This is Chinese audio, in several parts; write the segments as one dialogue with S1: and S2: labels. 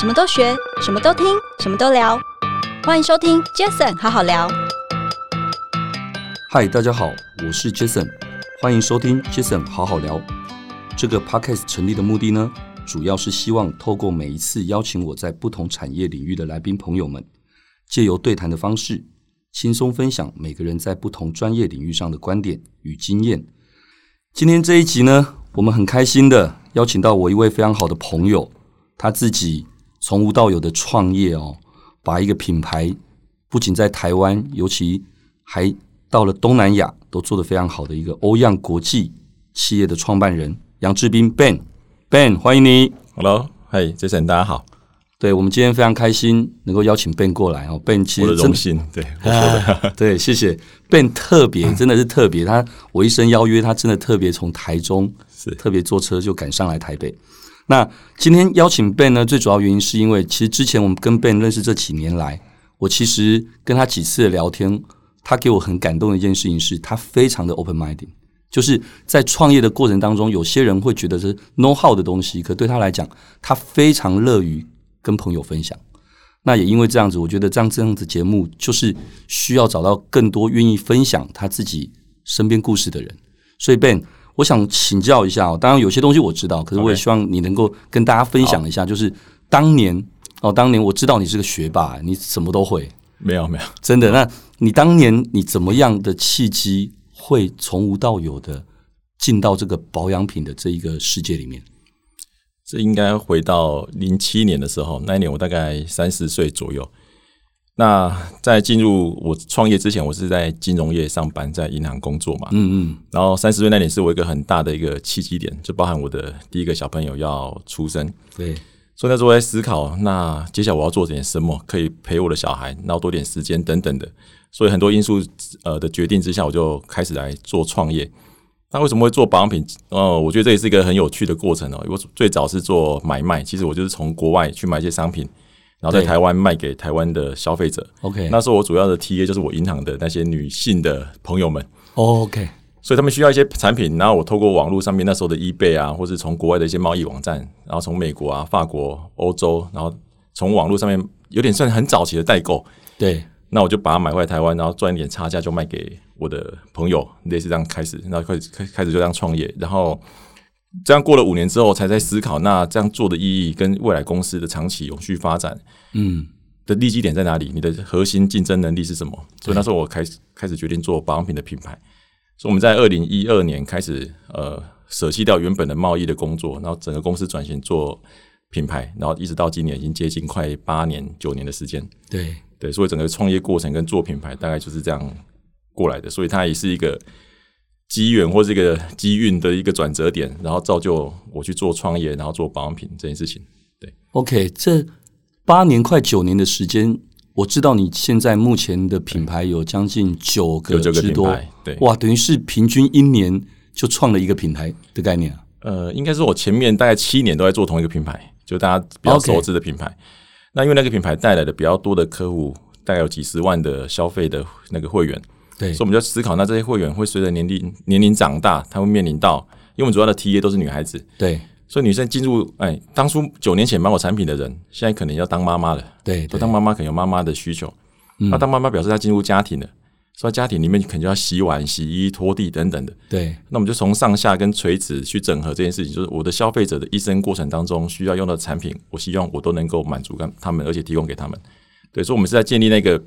S1: 什么都学，什么都听，什么都聊。欢迎收听 Jason 好好聊。
S2: 嗨，大家好，我是 Jason，欢迎收听 Jason 好好聊。这个 podcast 成立的目的呢，主要是希望透过每一次邀请我在不同产业领域的来宾朋友们，借由对谈的方式，轻松分享每个人在不同专业领域上的观点与经验。今天这一集呢，我们很开心的邀请到我一位非常好的朋友，他自己从无到有的创业哦，把一个品牌不仅在台湾，尤其还到了东南亚都做得非常好的一个欧样国际企业的创办人杨志斌 Ben Ben，欢迎你。
S3: Hello，嗨，Jason，大家好，
S2: 对我们今天非常开心能够邀请 Ben 过来哦，Ben 其
S3: 我的
S2: 实真
S3: 荣
S2: 的啊
S3: 幸，对，
S2: 对，谢谢 Ben 特别真的是特别，他我一声邀约，他真的特别从台中
S3: 是
S2: 特别坐车就赶上来台北。那今天邀请 Ben 呢，最主要原因是因为其实之前我们跟 Ben 认识这几年来，我其实跟他几次的聊天，他给我很感动的一件事情是，他非常的 open minded，就是在创业的过程当中，有些人会觉得是 know how 的东西，可对他来讲，他非常乐于跟朋友分享。那也因为这样子，我觉得这样这样子节目就是需要找到更多愿意分享他自己身边故事的人。所以 Ben，我想请教一下、哦，当然有些东西我知道，可是我也
S3: OK
S2: 希望你能够跟大家分享一下，就是当年哦，当年我知道你是个学霸，你什么都会，
S3: 没有没有，
S2: 真的。那你当年你怎么样的契机会从无到有的进到这个保养品的这一个世界里面？
S3: 这应该回到零七年的时候，那一年我大概三十岁左右。那在进入我创业之前，我是在金融业上班，在银行工作嘛。
S2: 嗯嗯，
S3: 然后三十岁那年是我一个很大的一个契机点，就包含我的第一个小朋友要出生，
S2: 对，
S3: 所以那时候我在思考，那接下来我要做点什么可以陪我的小孩，然后多点时间等等的。所以很多因素呃的决定之下，我就开始来做创业。那为什么会做保养品？呃，我觉得这也是一个很有趣的过程哦。我最早是做买卖，其实我就是从国外去买一些商品，然后在
S2: 对
S3: 台湾卖给台湾的消费者。
S2: OK，
S3: 那时候我主要的 TA 就是我银行的那些女性的朋友们，哦
S2: OK，
S3: 所以他们需要一些产品，然后我透过网络上面那时候的 eBay 啊，或是从国外的一些贸易网站，然后从美国啊、法国、欧洲，然后从网络上面有点算很早期的代购，
S2: 对，
S3: 那我就把它买回来台湾，然后赚一点差价就卖给我的朋友，类似这样开始，然后开始开开始就这样创业，然后这样过了五年之后，才在思考那这样做的意义跟未来公司的长期永续发展
S2: 嗯，
S3: 的利基点在哪里？你的核心竞争能力是什么？所以那时候我开始开始决定做保养品的品牌。所以我们在二零一二年开始，呃，舍弃掉原本的贸易的工作，然后整个公司转型做品牌，然后一直到今年已经接近快八年九年的时间。
S2: 对，
S3: 对，所以整个创业过程跟做品牌大概就是这样过来的，所以它也是一个机缘或是一个机运的一个转折点，然后造就我去做创业，然后做保养品这件事情。
S2: OK，这八年快九年的时间，我知道你现在目前的品牌有将近九个
S3: 有九个
S2: 之
S3: 品
S2: 多
S3: 牌，对
S2: 哇，等于是平均一年就创了一个品牌的概念啊。
S3: 呃，应该是我前面大概七年都在做同一个品牌，就大家比较
S2: OK
S3: 熟知的品牌。那因为那个品牌带来的比较多的客户，大概有几十万的消费的那个会员，
S2: 对
S3: 所以我们就要思考，那这些会员会随着年龄年龄长大，他会面临到，因为我们主要的 TA 都是女孩子，
S2: 对
S3: 所以女生进入，哎，当初九年前买我产品的人，现在可能要当妈妈了。
S2: 对对
S3: 都
S2: 嗯
S3: 当妈妈可能有妈妈的需求，那当妈妈表示她进入家庭了，所以她家庭里面可能就要洗碗、洗衣、拖地等等的。
S2: 对
S3: 那我们就从上下跟垂直去整合这件事情，就是我的消费者的一生过程当中需要用到的产品，我希望我都能够满足跟他们，而且提供给他们。对，所以我们是在建立那个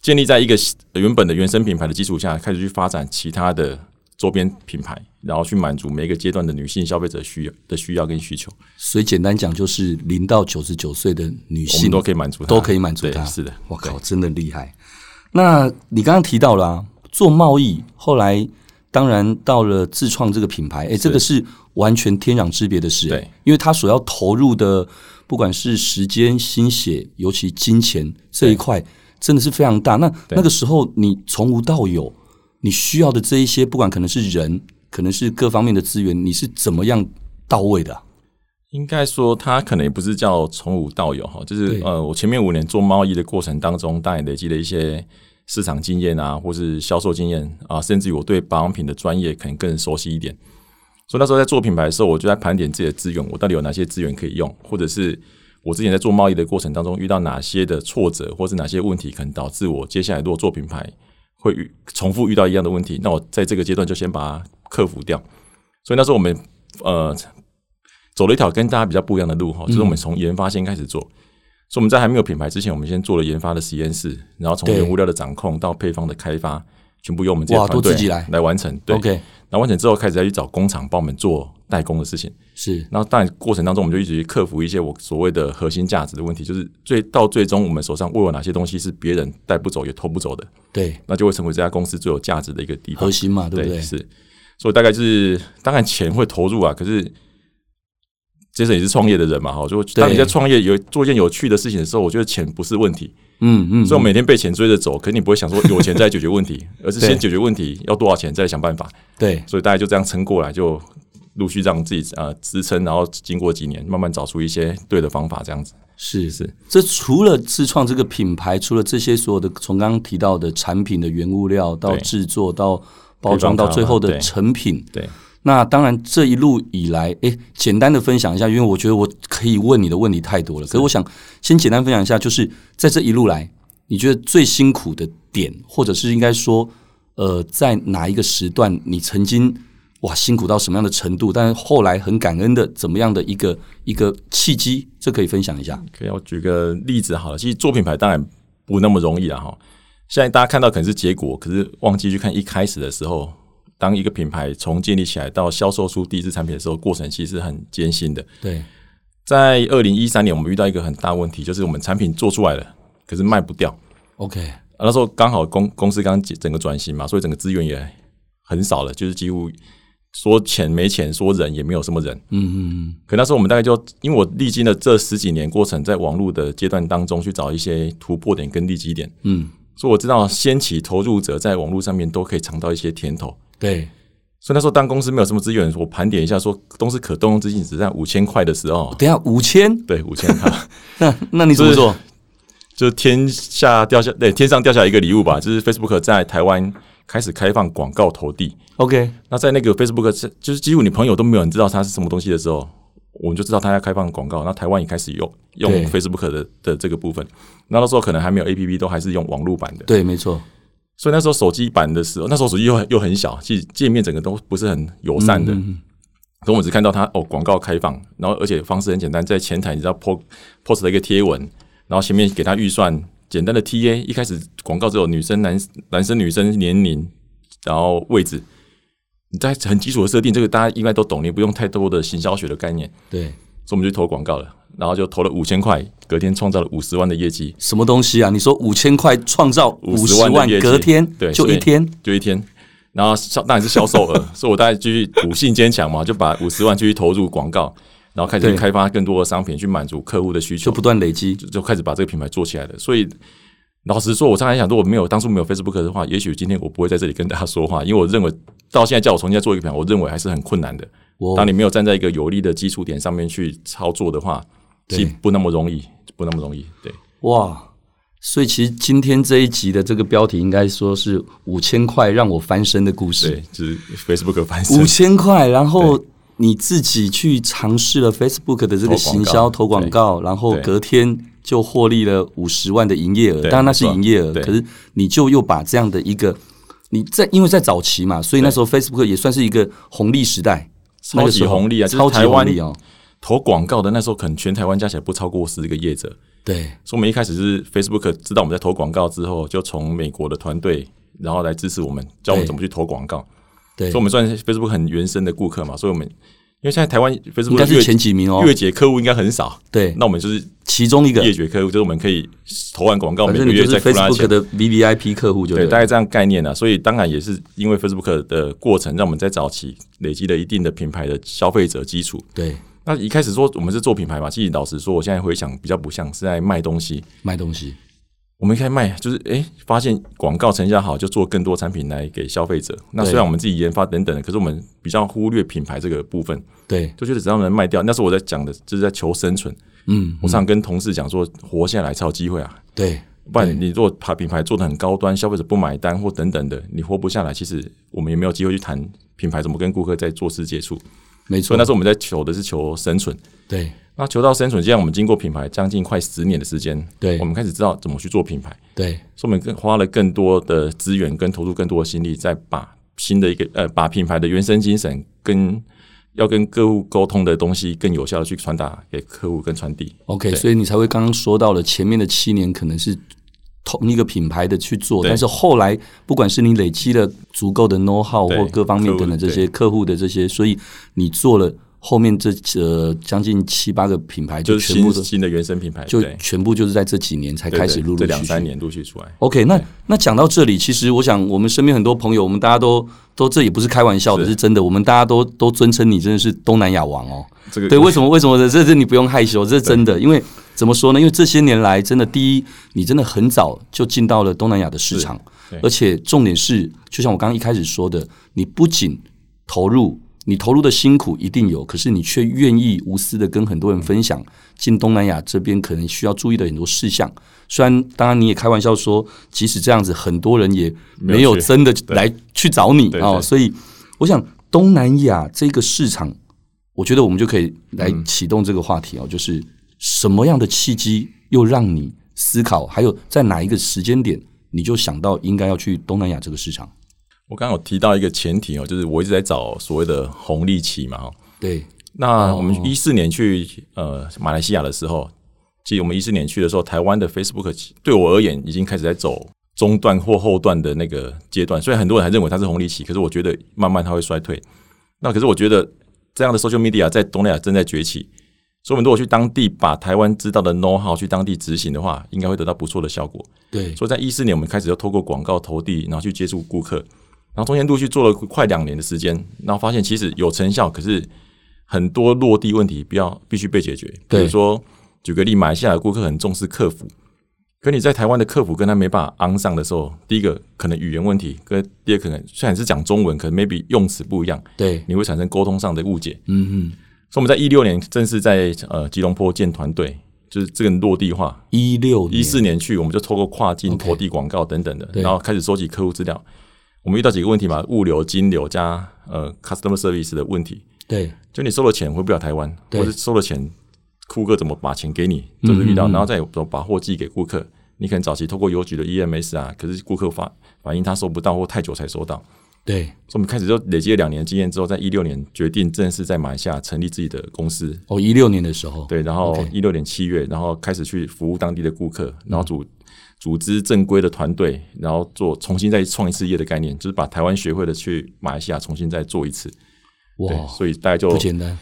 S3: 建立在一个原本的原生品牌的基础下，开始去发展其他的周边品牌，然后去满足每一个阶段的女性消费者需要的需要跟需求，
S2: 所以简单讲，就是零到九十九岁的女
S3: 我们
S2: 性
S3: 都可以满足她，
S2: 都可以满足
S3: 对
S2: 她。
S3: 是的，
S2: 我靠，真的厉害。那你刚刚提到了、啊、做贸易，后来当然到了自创这个品牌，哎、这个是完全天壤之别的事、
S3: 对
S2: 诶因为他所要投入的，不管是时间、心血，尤其金钱这一块，真的是非常大。那那个时候你从无到有，你需要的这一些，不管可能是人，可能是各方面的资源，你是怎么样到位的啊、
S3: 应该说，它可能也不是叫从无到有哈，就是
S2: 对
S3: 呃，我前面五年做贸易的过程当中，当然累积了一些市场经验啊，或是销售经验啊，甚至于我对保养品的专业可能更熟悉一点。所以那时候在做品牌的时候，我就在盘点自己的资源，我到底有哪些资源可以用，或者是我之前在做贸易的过程当中遇到哪些的挫折，或是哪些问题，可能导致我接下来如果做品牌会遇重复遇到一样的问题，那我在这个阶段就先把它克服掉。所以那时候我们呃走了一条跟大家比较不一样的路哈，就是我
S2: 嗯
S3: 们从研发先开始做。所以我们在还没有品牌之前，我们先做了研发的实验室，然后从
S2: 对
S3: 原物料的掌控到配方的开发，全部由我们这些
S2: 哇
S3: 团
S2: 都
S3: 队
S2: 自己来
S3: 来完成。对，
S2: OK，
S3: 那完成之后开始再去找工厂帮我们做代工的事情。
S2: 是
S3: 那当然过程当中，我们就一直克服一些我所谓的核心价值的问题，就是最到最终我们手上握有哪些东西是别人带不走也偷不走的，
S2: 对
S3: 那就会成为这家公司最有价值的一个地方
S2: 核。心哦嘛，对不对？
S3: 是，所以大概是当然钱会投入啊，可是杰森也是创业的人嘛，哈，就当你在创业有做一件有趣的事情的时候，我觉得钱不是问题，
S2: 嗯嗯，
S3: 所以我每天被钱追着走，可你不会想说有钱再解决问题， 而是先解决问题要多少钱再想办法，
S2: 对
S3: 所以大家就这样撑过来，就陆续让自己呃支撑，然后经过几年，慢慢找出一些对的方法，这样子
S2: 是
S3: 是
S2: 这除了自创这个品牌，除了这些所有的从刚刚提到的产品的原物料到
S3: 对
S2: 制作到包装
S3: 配方它
S2: 到
S3: 嘛
S2: 最后的
S3: 对
S2: 成品，
S3: 对。
S2: 那当然这一路以来，诶，简单的分享一下，因为我觉得我可以问你的问题太多了。可是我想先简单分享一下，就是在这一路来，你觉得最辛苦的点，或者是应该说，呃，在哪一个时段你曾经哇辛苦到什么样的程度，但是后来很感恩的怎么样的一个一个契机，这可以分享一下。
S3: 可以，我举个例子好了。其实做品牌当然不那么容易了啊哈。现在大家看到可能是结果，可是忘记去看一开始的时候，当一个品牌从建立起来到销售出第一支产品的时候，过程其实是很艰辛的。
S2: 对，
S3: 在二零一三年，我们遇到一个很大问题，就是我们产品做出来了，可是卖不掉。
S2: OK，
S3: 啊那时候刚好公公司刚整个转型嘛，所以整个资源也很少了，就是几乎说钱没钱，说人也没有什么人。
S2: 嗯嗯
S3: 可那时候我们大概就因为我历经了这十几年过程，在网络的阶段当中去找一些突破点跟利基点，
S2: 嗯，
S3: 所以我知道先期投入者在网络上面都可以尝到一些甜头。
S2: 对，
S3: 所以那时候当公司没有什么资源，我盘点一下说公司可动用资金只剩五千块的时候，
S2: 等一下五千，
S3: 对五千块，
S2: 那那你怎么
S3: 就是
S2: 做？
S3: 就是天下掉下对天上掉下一个礼物吧，就是 Facebook 在台湾开始开放广告投递。
S2: OK，
S3: 那在那个 Facebook 是就是几乎你朋友都没有人知道它是什么东西的时候，我们就知道它要开放广告。那台湾也开始用用
S2: 对
S3: Facebook 的的这个部分，那那时候可能还没有 APP，都还是用网络版的。
S2: 对，没错，
S3: 所以那时候手机版的时候，那时候手机又很又很小，其实界面整个都不是很友善的。可我们只看到它哦，广告开放，然后而且方式很简单，在前台你知道 po post 了一个贴文，然后前面给他预算简单的 TA，一开始广告只有女生、男男生、女生年龄，然后位置，你在很基础的设定，这个大家应该都懂，你不用太多的行销学的概念，
S2: 对，
S3: 所以我们就投广告了，然后就投了五千块，隔天创造了五十万的业绩，
S2: 什么东西啊？你说五千块创造五十
S3: 50万的业绩
S2: 隔天
S3: 对
S2: 就
S3: 所以
S2: 一天，
S3: 就一天。然后销当然是销售 额，所以我大概继续赌性坚强嘛，就把五十万继续投入广告，然后开始
S2: 对
S3: 去开发更多的商品去满足客户的需
S2: 就
S3: 求，
S2: 不断累积。
S3: 就就开始把这个品牌做起来了。所以老实说，我常常想，如果没有当初没有 Facebook 的话，也许今天我不会在这里跟大家说话，因为我认为到现在叫我重新再做一个品牌，我认为还是很困难的。
S2: 我
S3: 当你没有站在一个有利的基础点上面去操作的话，
S2: 对
S3: 其实不那么容易，不那么容易。对，
S2: 哇，所以其实今天这一集的这个标题应该说是五千块让我翻身的故事
S3: 对。，就是 Facebook 翻身
S2: 五。千块，然后你自己去尝试了 Facebook 的这个
S3: 投广告
S2: 行销投广告，然后
S3: 对
S2: 隔天就获利了五十万的营业额。
S3: 对
S2: 当然那是
S3: 没错
S2: 营业额，
S3: 对
S2: 可是你就又把这样的一个。你在因为在早期嘛，所以那时候 Facebook 也算是一个红利时代，
S3: 超级
S2: 那个时候
S3: 红利啊就是
S2: 超级
S3: 台湾
S2: 红利哦，
S3: 投广告的那时候，可能全台湾加起来不超过十个业者。
S2: 对，
S3: 所以我们一开始是 Facebook 知道我们在投广告之后，就从美国的团队，然后来支持我们，教我们
S2: 对
S3: 怎么去投广告。
S2: 对
S3: 所以我们算是 Facebook 很原生的顾客嘛，所以我们因为现在台湾 Facebook
S2: 应该是
S3: 月
S2: 前几名哦。
S3: 月结客户应该很少，
S2: 对，
S3: 那我们就是
S2: 其中一个，
S3: 月结客户，就是我们可以投完广告，
S2: 反
S3: 每个
S2: 正你就
S3: 月
S2: 是
S3: 再付他
S2: Facebook
S3: 钱。
S2: 的 V V I P 客户就
S3: 对，大
S2: 了
S3: 概这样概念啊，所以当然也是因为 Facebook 的过程，让我们在早期累积了一定的品牌的消费者基础。
S2: 对，
S3: 那一开始说我们是做品牌嘛，其实老实说，我现在回想比较不像是在卖东西，
S2: 卖东西，
S3: 我们一开始卖就是诶，发现广告成效好，就做更多产品来给消费者。那
S2: 对
S3: 虽然我们自己研发等等的，可是我们比较忽略品牌这个部分，
S2: 对，
S3: 就觉得只要能卖掉，那时候我在讲的就是在求生存。
S2: 嗯，
S3: 我常常跟同事讲说，活下来才有机会啊，
S2: 对，
S3: 不然你如果把品牌做的很高端，消费者不买单或等等的，你活不下来。其实我们也没有机会去谈品牌怎么跟顾客在做事接触。
S2: 没
S3: 所
S2: 错
S3: 以那，时候我们在求的是求生存。
S2: 对
S3: 那求到生存，既然我们经过品牌将近快十年的时间，
S2: 对
S3: 我们开始知道怎么去做品牌，
S2: 对
S3: 所以我们更花了更多的资源跟投入更多的心力，在把新的一个呃，把品牌的原生精神跟要跟客户沟通的东西更有效的去传达给客户跟传递。
S2: ，OK，
S3: 对
S2: 所以你才会刚刚说到了前面的七年可能是同一个品牌的去做，
S3: 对
S2: 但是后来不管是你累积了足够的 know how
S3: 对
S2: 或各方面等等这些客户的这些，所以你做了后面这呃将近七八个品牌
S3: 就
S2: 就是全部
S3: 新
S2: 都
S3: 新的原生品牌，
S2: 就
S3: 对
S2: 全部就是在这几年才
S3: 对
S2: 开始
S3: 对
S2: 陆陆
S3: 这
S2: 续续
S3: 两三年陆续出来。
S2: OK，那
S3: 对
S2: 那讲到这里，其实我想，我们身边很多朋友，我们大家都都这也不是开玩笑的，
S3: 是
S2: 是真的。我们大家都都尊称你真的是东南亚王哦。
S3: 这个
S2: 对，为什么？为什么？这这你不用害羞，这是真的。因为怎么说呢？因为这些年来，真的第一，你真的很早就进到了东南亚的市场
S3: 对，
S2: 而且重点是，就像我刚刚一开始说的，你不仅投入，你投入的辛苦一定有，可是你却愿意无私的跟很多人分
S3: 嗯
S2: 享进东南亚这边可能需要注意的很多事项。虽然当然你也开玩笑说，即使这样子，很多人也没
S3: 没有
S2: 有
S3: 去
S2: 真的来去找你
S3: 对
S2: 哦，
S3: 对
S2: 所以我想东南亚这个市场。我觉得我们就可以来
S3: 嗯
S2: 启动这个话题哦，就是什么样的契机又让你思考，还有在哪一个时间点你就想到应该要去东南亚这个市场？
S3: 我刚刚有提到一个前提哦，就是我一直在找所谓的红利期嘛哦。
S2: 对
S3: 那我们一四年去呃马来西亚的时候，其实我们一四年去的时候，台湾的 Facebook 对我而言已经开始在走中段或后段的那个阶段，所以很多人还认为它是红利期，可是我觉得慢慢它会衰退。那可是我觉得这样的 social media 在东南亚正在崛起，所以我们如果去当地把台湾知道的 know how 去当地执行的话，应该会得到不错的效果。
S2: 对
S3: 所以在一四年，我们开始要透过广告投递，然后去接触顾客，然后中间陆续做了快两年的时间，然后发现其实有成效，可是很多落地问题必要必须被解决。比
S2: 对
S3: 如说，举个例，马来西亚的顾客很重视客服，可你在台湾的客服跟他没办法 on 上的时候，第一个可能语言问题，跟第二可能虽然是讲中文，可能 maybe 用词不一样，
S2: 对，
S3: 你会产生沟通上的误解。
S2: 嗯嗯，
S3: 所以我们在一六年正式在呃吉隆坡建团队，就是这个落地化，
S2: 一六
S3: 一四年去，我们就透过跨境
S2: OK
S3: 投递广告等等的，
S2: 对
S3: 然后开始收集客户资料。我们遇到几个问题嘛，物流、金流加呃 customer service 的问题，
S2: 对
S3: 就你收了钱回不了台湾，
S2: 对
S3: 或是收了钱，顾客怎么把钱给你，这是遇到，
S2: 嗯嗯嗯
S3: 然后再有怎么把货寄给顾客。你可能早期透过邮局的 EMS 啊，可是顾客反反映他收不到或太久才收到，
S2: 对
S3: 所以我们开始就累积了两年的经验之后，在一六年决定正式在马来西亚成立自己的公司，
S2: 哦，一六年的时候，
S3: 对，然后
S2: OK 嗯
S3: 一六年七月，然后开始去服务当地的顾客，然后组、组织正规的团队，然后做重新再创一次业的概念，就是把台湾学会的去马来西亚重新再做一次。
S2: 哇
S3: 对，，所以大概就
S2: 不
S3: 这
S2: 简单。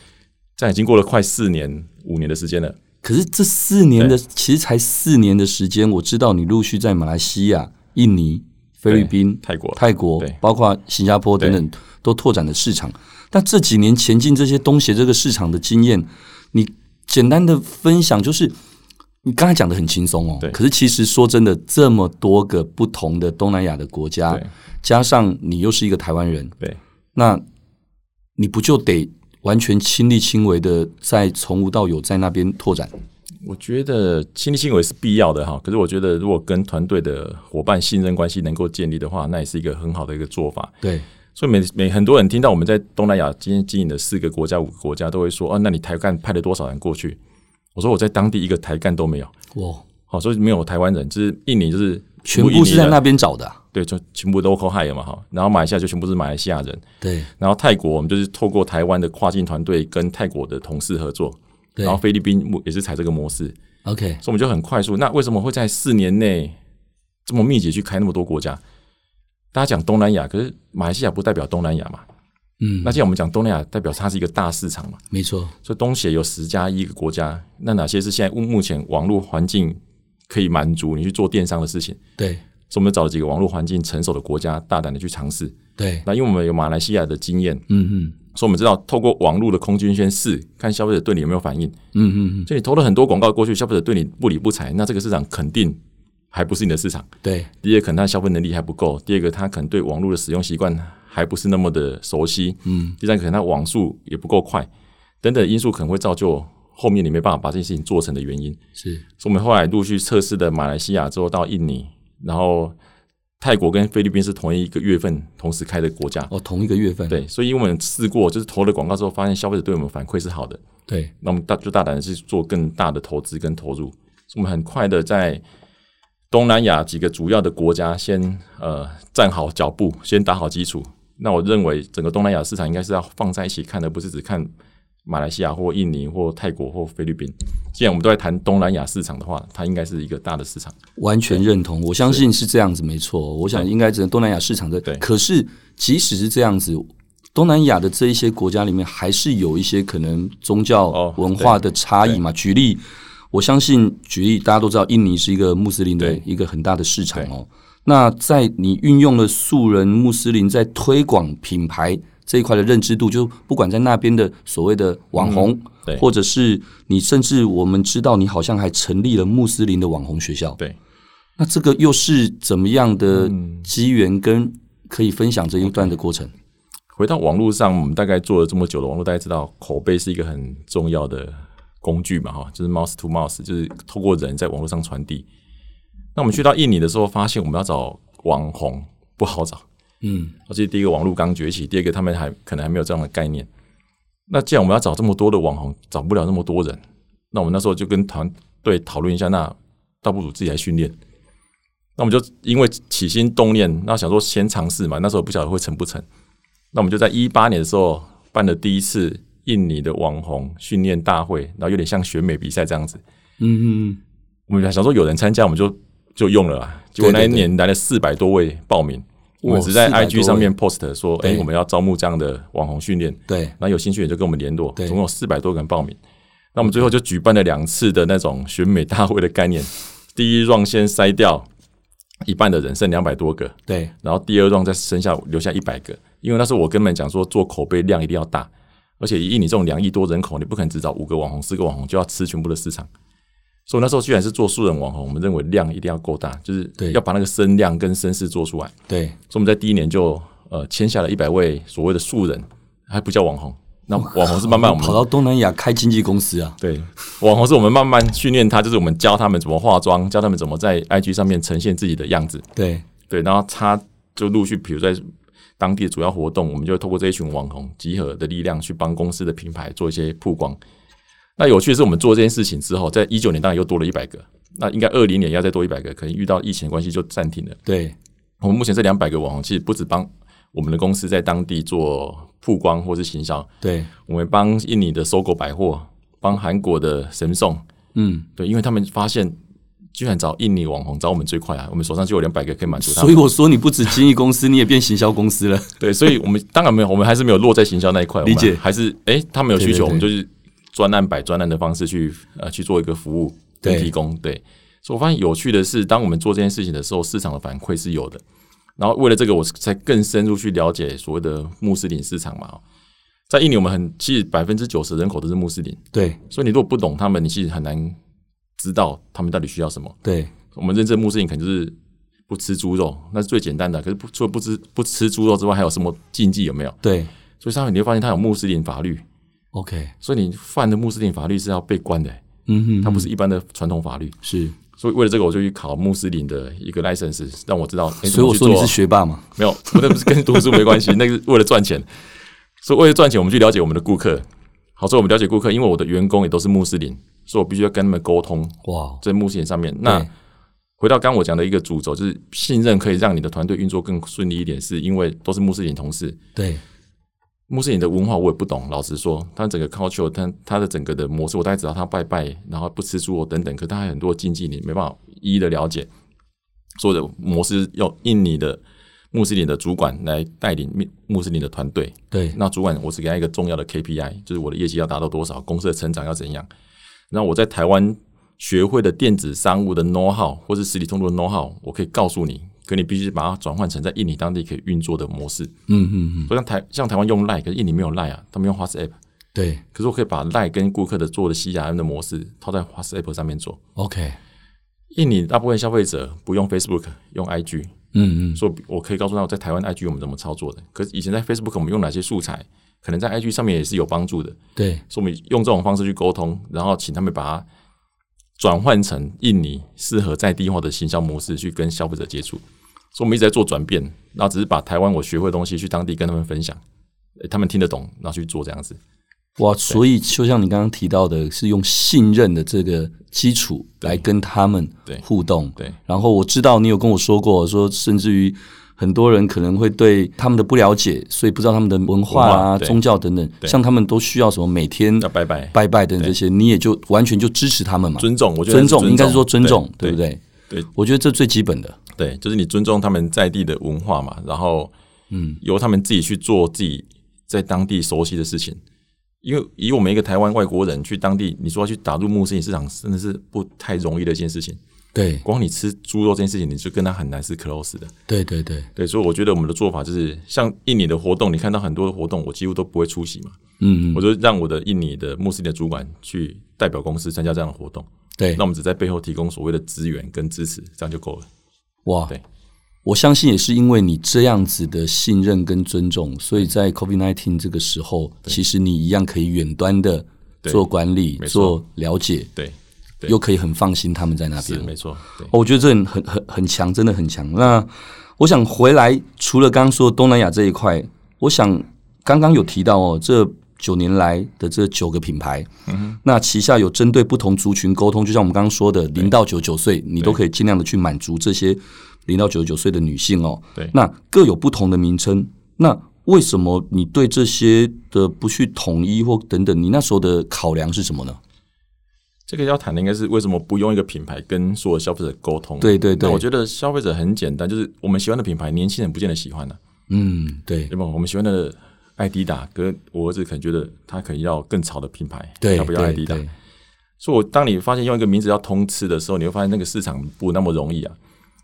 S3: 样已经过了快四年五年的时间了。
S2: 可是这四年的，其实才四年的时间，我知道你陆续在马来西亚、印尼、菲律宾、
S3: 泰国
S2: 泰国
S3: 对，
S2: 包括新加坡等等，都拓展了市场。但这几年前进这些东协这个市场的经验，你简单的分享就是。你刚才讲的很轻松哦
S3: 对，
S2: 可是其实说真的，这么多个不同的东南亚的国家
S3: 对，
S2: 加上你又是一个台湾人，
S3: 对，
S2: 那你不就得完全亲力亲为的在从无到有在那边拓展？
S3: 我觉得亲力亲为是必要的哈，可是我觉得如果跟团队的伙伴信任关系能够建立的话，那也是一个很好的一个做法。
S2: 对，
S3: 所以每每很多人听到我们在东南亚今天经营的四个国家、五个国家，都会说：“啊，那你台干派了多少人过去？”我说：“我在当地一个台干都没有，
S2: 哇，
S3: 好、所以没有台湾人，就是印尼就是
S2: 全
S3: 印
S2: 部
S3: 尼
S2: 是在
S3: 人
S2: 那边找的啊、
S3: 对，就全部 local hire 嘛哈。然后马来西亚就全部是马来西亚人，
S2: 对
S3: 然后泰国我们就是透过台湾的跨境团队跟泰国的同事合作，
S2: 对
S3: 然后菲律宾也是采这个模式，
S2: ，OK，
S3: 所以我们就很快速。那为什么会在四年内这么密集去开那么多国家？大家讲东南亚，可是马来西亚不代表东南亚嘛？
S2: 嗯，
S3: 那既然我们讲东南亚，代表它是一个大市场嘛，
S2: 没错，
S3: 所以东协有十加一个国家，那哪些是现在目目前网络环境可以满足你去做电商的事情？
S2: 对
S3: 所以我们找了几个网络环境成熟的国家，大胆的去尝试。
S2: 对，
S3: 那因为我们有马来西亚的经验，
S2: 嗯嗯
S3: 所以我们知道透过网络的空军先试，看消费者对你有没有反应。
S2: 嗯嗯嗯，
S3: 所以你投了很多广告过去，消费者对你不理不睬，那这个市场肯定还不是你的市场。
S2: 对
S3: 第一个，可能他消费能力还不够；第二个，他可能对网络的使用习惯还不是那么的熟悉；嗯，第三个，可能他网速也不够快，等等因素可能会造就后面你没办法把这件事情做成的原因。
S2: 是
S3: 所以我们后来陆续测试的马来西亚之后到印尼，然后泰国跟菲律宾是同一个月份同时开的国家，
S2: 哦，同一个月份，
S3: 对，所以我们试过，就是投了广告之后，发现消费者对我们反馈是好的，
S2: 对，
S3: 那我们大就大胆的去做更大的投资跟投入。我们很快的在东南亚几个主要的国家先呃站好脚步，先打好基础。那我认为整个东南亚市场应该是要放在一起看的，不是只看马来西亚或印尼或泰国或菲律宾。既然我们都在谈东南亚市场的话，它应该是一个大的市场。
S2: 完全认同，我相信是这样子，没错。我想应该只能东南亚市场的，
S3: 对
S2: 可是即使是这样子，东南亚的这一些国家里面，还是有一些可能宗教
S3: 哦
S2: 文化的差异嘛。举例，我相信举例大家都知道，印尼是一个穆斯林的
S3: 对
S2: 一个很大的市场哦。那在你运用了素人穆斯林在推广品牌这一块的认知度，就不管在那边的所谓的网红，
S3: 嗯对
S2: 或者是你甚至我们知道你好像还成立了穆斯林的网红学校，
S3: 对，
S2: 那这个又是怎么样的机缘跟可以分享这一段的过程？
S3: 回到网络上，我们大概做了这么久的网络，大家知道口碑是一个很重要的工具嘛，哈，就是 mouse to mouse，就是透过人在网络上传递。那我们去到印尼的时候，发现我们要找网红不好找，
S2: 嗯，
S3: 而且第一个网络刚崛起，第二个他们还可能还没有这样的概念。那既然我们要找这么多的网红，找不了那么多人，那我们那时候就跟团队讨论一下，那倒不如自己来训练。那我们就因为起心动念，那想说先尝试嘛，那时候不晓得会成不成。那我们就在一八年的时候办了第一次印尼的网红训练大会，然后有点像选美比赛这样子。
S2: 嗯嗯，
S3: 我们想说有人参加，我们就就用了啊。结果那一年来了四百多位报名，我们只在
S2: 400多
S3: IG 上面 post 说，哎、
S2: 对
S3: 我们要招募这样的网红训练，
S2: 对，
S3: 那有兴趣也就跟我们联络，
S2: 对
S3: 总共有四百多个人报名。那我们最后就举办了两次的那种选美大会的概念，第一 round 先筛掉一半的人，剩两百多个，
S2: 对，
S3: 然后第二 round 再剩下留下一百个，因为那时候我跟他们讲说做口碑量一定要大，而且以你这种两亿多人口，你不可能只找五个网红、四个网红就要吃全部的市场。所以那时候居然是做素人网红，我们认为量一定要够大，就是
S2: 对
S3: 要把那个声量跟声势做出来。
S2: 对，
S3: 所以我们在第一年就呃签下了一百位所谓的素人，还不叫网红。那网红是慢慢我们
S2: 跑到东南亚开经纪公司啊，
S3: 对，网红是我们慢慢训练他，就是我们教他们怎么化妆，教他们怎么在 IG 上面呈现自己的样子。
S2: 对，
S3: 对，然后他就陆续，比如在当地的主要活动，我们就透过这一群网红集合的力量，去帮公司的品牌做一些曝光。那有趣的是，我们做这件事情之后，在一九年当然又多了一百个，那应该二零年要再多一百个，可能遇到疫情的关系就暂停了。
S2: 对，
S3: 我们目前这两百个网红，其实不止帮我们的公司在当地做曝光或是行销，
S2: 对，
S3: 我们帮印尼的搜狗百货，帮韩国的神送，
S2: 嗯，
S3: 对，因为他们发现居然找印尼网红找我们最快啊，我们手上就有两百个可以满足他
S2: 所
S3: 们
S2: 以。我说你不止经纪公司，你也变行销公司了，
S3: 对，所以我们当然没有，我们还是没有落在行销那一块，我们
S2: 理解
S3: 还是哎、他们有需
S2: 对对
S3: 求，
S2: 对
S3: 我们就是专案摆专案的方式去呃去做一个服务跟
S2: 对
S3: 提供。对，所以我发现有趣的是，当我们做这件事情的时候，市场的反馈是有的。然后为了这个，我才更深入去了解所谓的穆斯林市场嘛。哦在印尼，我们很其实百分之九十人口都是穆斯林，
S2: 对，
S3: 所以你如果不懂他们，你其实很难知道他们到底需要什么。
S2: 对，
S3: 我们认证穆斯林可能就是不吃猪肉，那是最简单的。可是不除了不吃不吃猪肉之外，还有什么禁忌有没有？
S2: 对
S3: 所以上面你会发现它有穆斯林法律，
S2: ，OK，
S3: 所以你犯的穆斯林法律是要被关的、
S2: 嗯哼，
S3: 它不是一般的传统法律。
S2: 是，
S3: 所以为了这个，我就去考穆斯林的一个 license，让我知道。诶
S2: 所以我说你是
S3: 怎么去
S2: 学霸嘛，
S3: 做没有，我那不是跟读书没关系，那个是为了赚钱。所以为了赚钱，我们去了解我们的顾客。好，所以我们了解顾客，因为我的员工也都是穆斯林，所以我必须要跟他们沟通
S2: 哇，
S3: 在穆斯林上面。那
S2: 对
S3: 回到刚我讲的一个主轴，就是信任可以让你的团队运作更顺利一点，是因为都是穆斯林同事。
S2: 对，
S3: 穆斯林的文化我也不懂，老实说，他整个 culture，他他的整个的模式，我大概知道他拜拜，然后不吃猪肉等等，可他还有很多禁忌，你没办法一一的了解。所有的模式要印尼的穆斯林的主管来带领穆穆斯林的团队，
S2: 对，
S3: 那主管我只给他一个重要的 KPI，就是我的业绩要达到多少，公司的成长要怎样。那我在台湾学会的电子商务的 know how 或是实体通路的 know how，我可以告诉你，可你必须把它转换成在印尼当地可以运作的模式。
S2: 嗯嗯嗯，
S3: 所以像台像台湾用 Line，可是印尼没有 Line 啊，他们用 WhatsApp。
S2: 对
S3: 可是我可以把 Line 跟顾客的做的 CRM 的模式套在 WhatsApp 上面做。
S2: ，OK，
S3: 印尼大部分消费者不用 Facebook，用 IG，
S2: 嗯嗯，
S3: 所以我可以告诉他我在台湾 IG 我们怎么操作的。可是以前在 Facebook 我们用哪些素材，可能在 IG 上面也是有帮助的。
S2: 对，
S3: 所以我们用这种方式去沟通，然后请他们把它转换成印尼适合在地化的行销模式去跟消费者接触。所以我们一直在做转变，然后只是把台湾我学会的东西去当地跟他们分享，诶他们听得懂，然后去做这样子。
S2: 哇，所以就像你刚刚提到的，是用信任的这个基础来跟他们
S3: 对
S2: 互动。
S3: 对
S2: 然后我知道你有跟我说过，说甚至于很多人可能会对他们的不了解，所以不知道他们的文化
S3: 文
S2: 啊、
S3: 化对
S2: 宗教等等，
S3: 对
S2: 像他们都需要什么每天
S3: 那拜拜，
S2: 拜拜等等这些，你也就完全就支持他们嘛，
S3: 尊重，我觉得
S2: 尊重应该是说尊重，对不
S3: 对？
S2: 对？
S3: 对
S2: 我觉得这最基本的。
S3: 对，就是你尊重他们在地的文化嘛，然后嗯，由他们自己去做自己在当地熟悉的事情。因为以我们一个台湾外国人去当地，你说要去打入穆斯林市场，真的是不太容易的一件事情。
S2: 对
S3: 光你吃猪肉这件事情，你就跟他很难是 close 的。
S2: 对对对，
S3: 对，所以我觉得我们的做法就是，像印尼的活动，你看到很多的活动，我几乎都不会出席嘛。
S2: 嗯嗯，
S3: 我就让我的印尼的穆斯林的主管去代表公司参加这样的活动，
S2: 对
S3: 那我，们只在背后提供所谓的资源跟支持，这样就够了。
S2: 哇
S3: 对，
S2: 我相信也是因为你这样子的信任跟尊重，所以在 COVID nineteen 这个时候，其实你一样可以远端的
S3: 对
S2: 做管理、
S3: 没错
S2: 做了解，
S3: 对，对
S2: 又可以很放心他们在那
S3: 是
S2: 边。
S3: 没错。对，
S2: 哦我觉得这很很很很强，真的很强。那我想回来，除了刚刚说东南亚这一块，我想刚刚有提到哦，这九年来的这九个品牌，
S3: 嗯
S2: 那旗下有针对不同族群沟通，就像我们刚刚说的，零到九九岁，你都可以尽量的去满足这些零到九九岁的女性哦。
S3: 对
S2: 那各有不同的名称，那。为什么你对这些的不去统一或等等，你那时候的考量是什么呢？
S3: 这个要谈的应该是为什么不用一个品牌跟所有消费者沟通？
S2: 对对对
S3: 那我觉得消费者很简单，就是我们喜欢的品牌，年轻人不见得喜欢的、啊
S2: 嗯，对
S3: 对吧？我们喜欢的艾迪达，可是我儿子可能觉得他可能要更潮的品牌，
S2: 对，
S3: 要不要
S2: 对
S3: 艾迪达？
S2: 对
S3: 所以，我当你发现用一个名字要通吃的时候，你会发现那个市场不那么容易啊。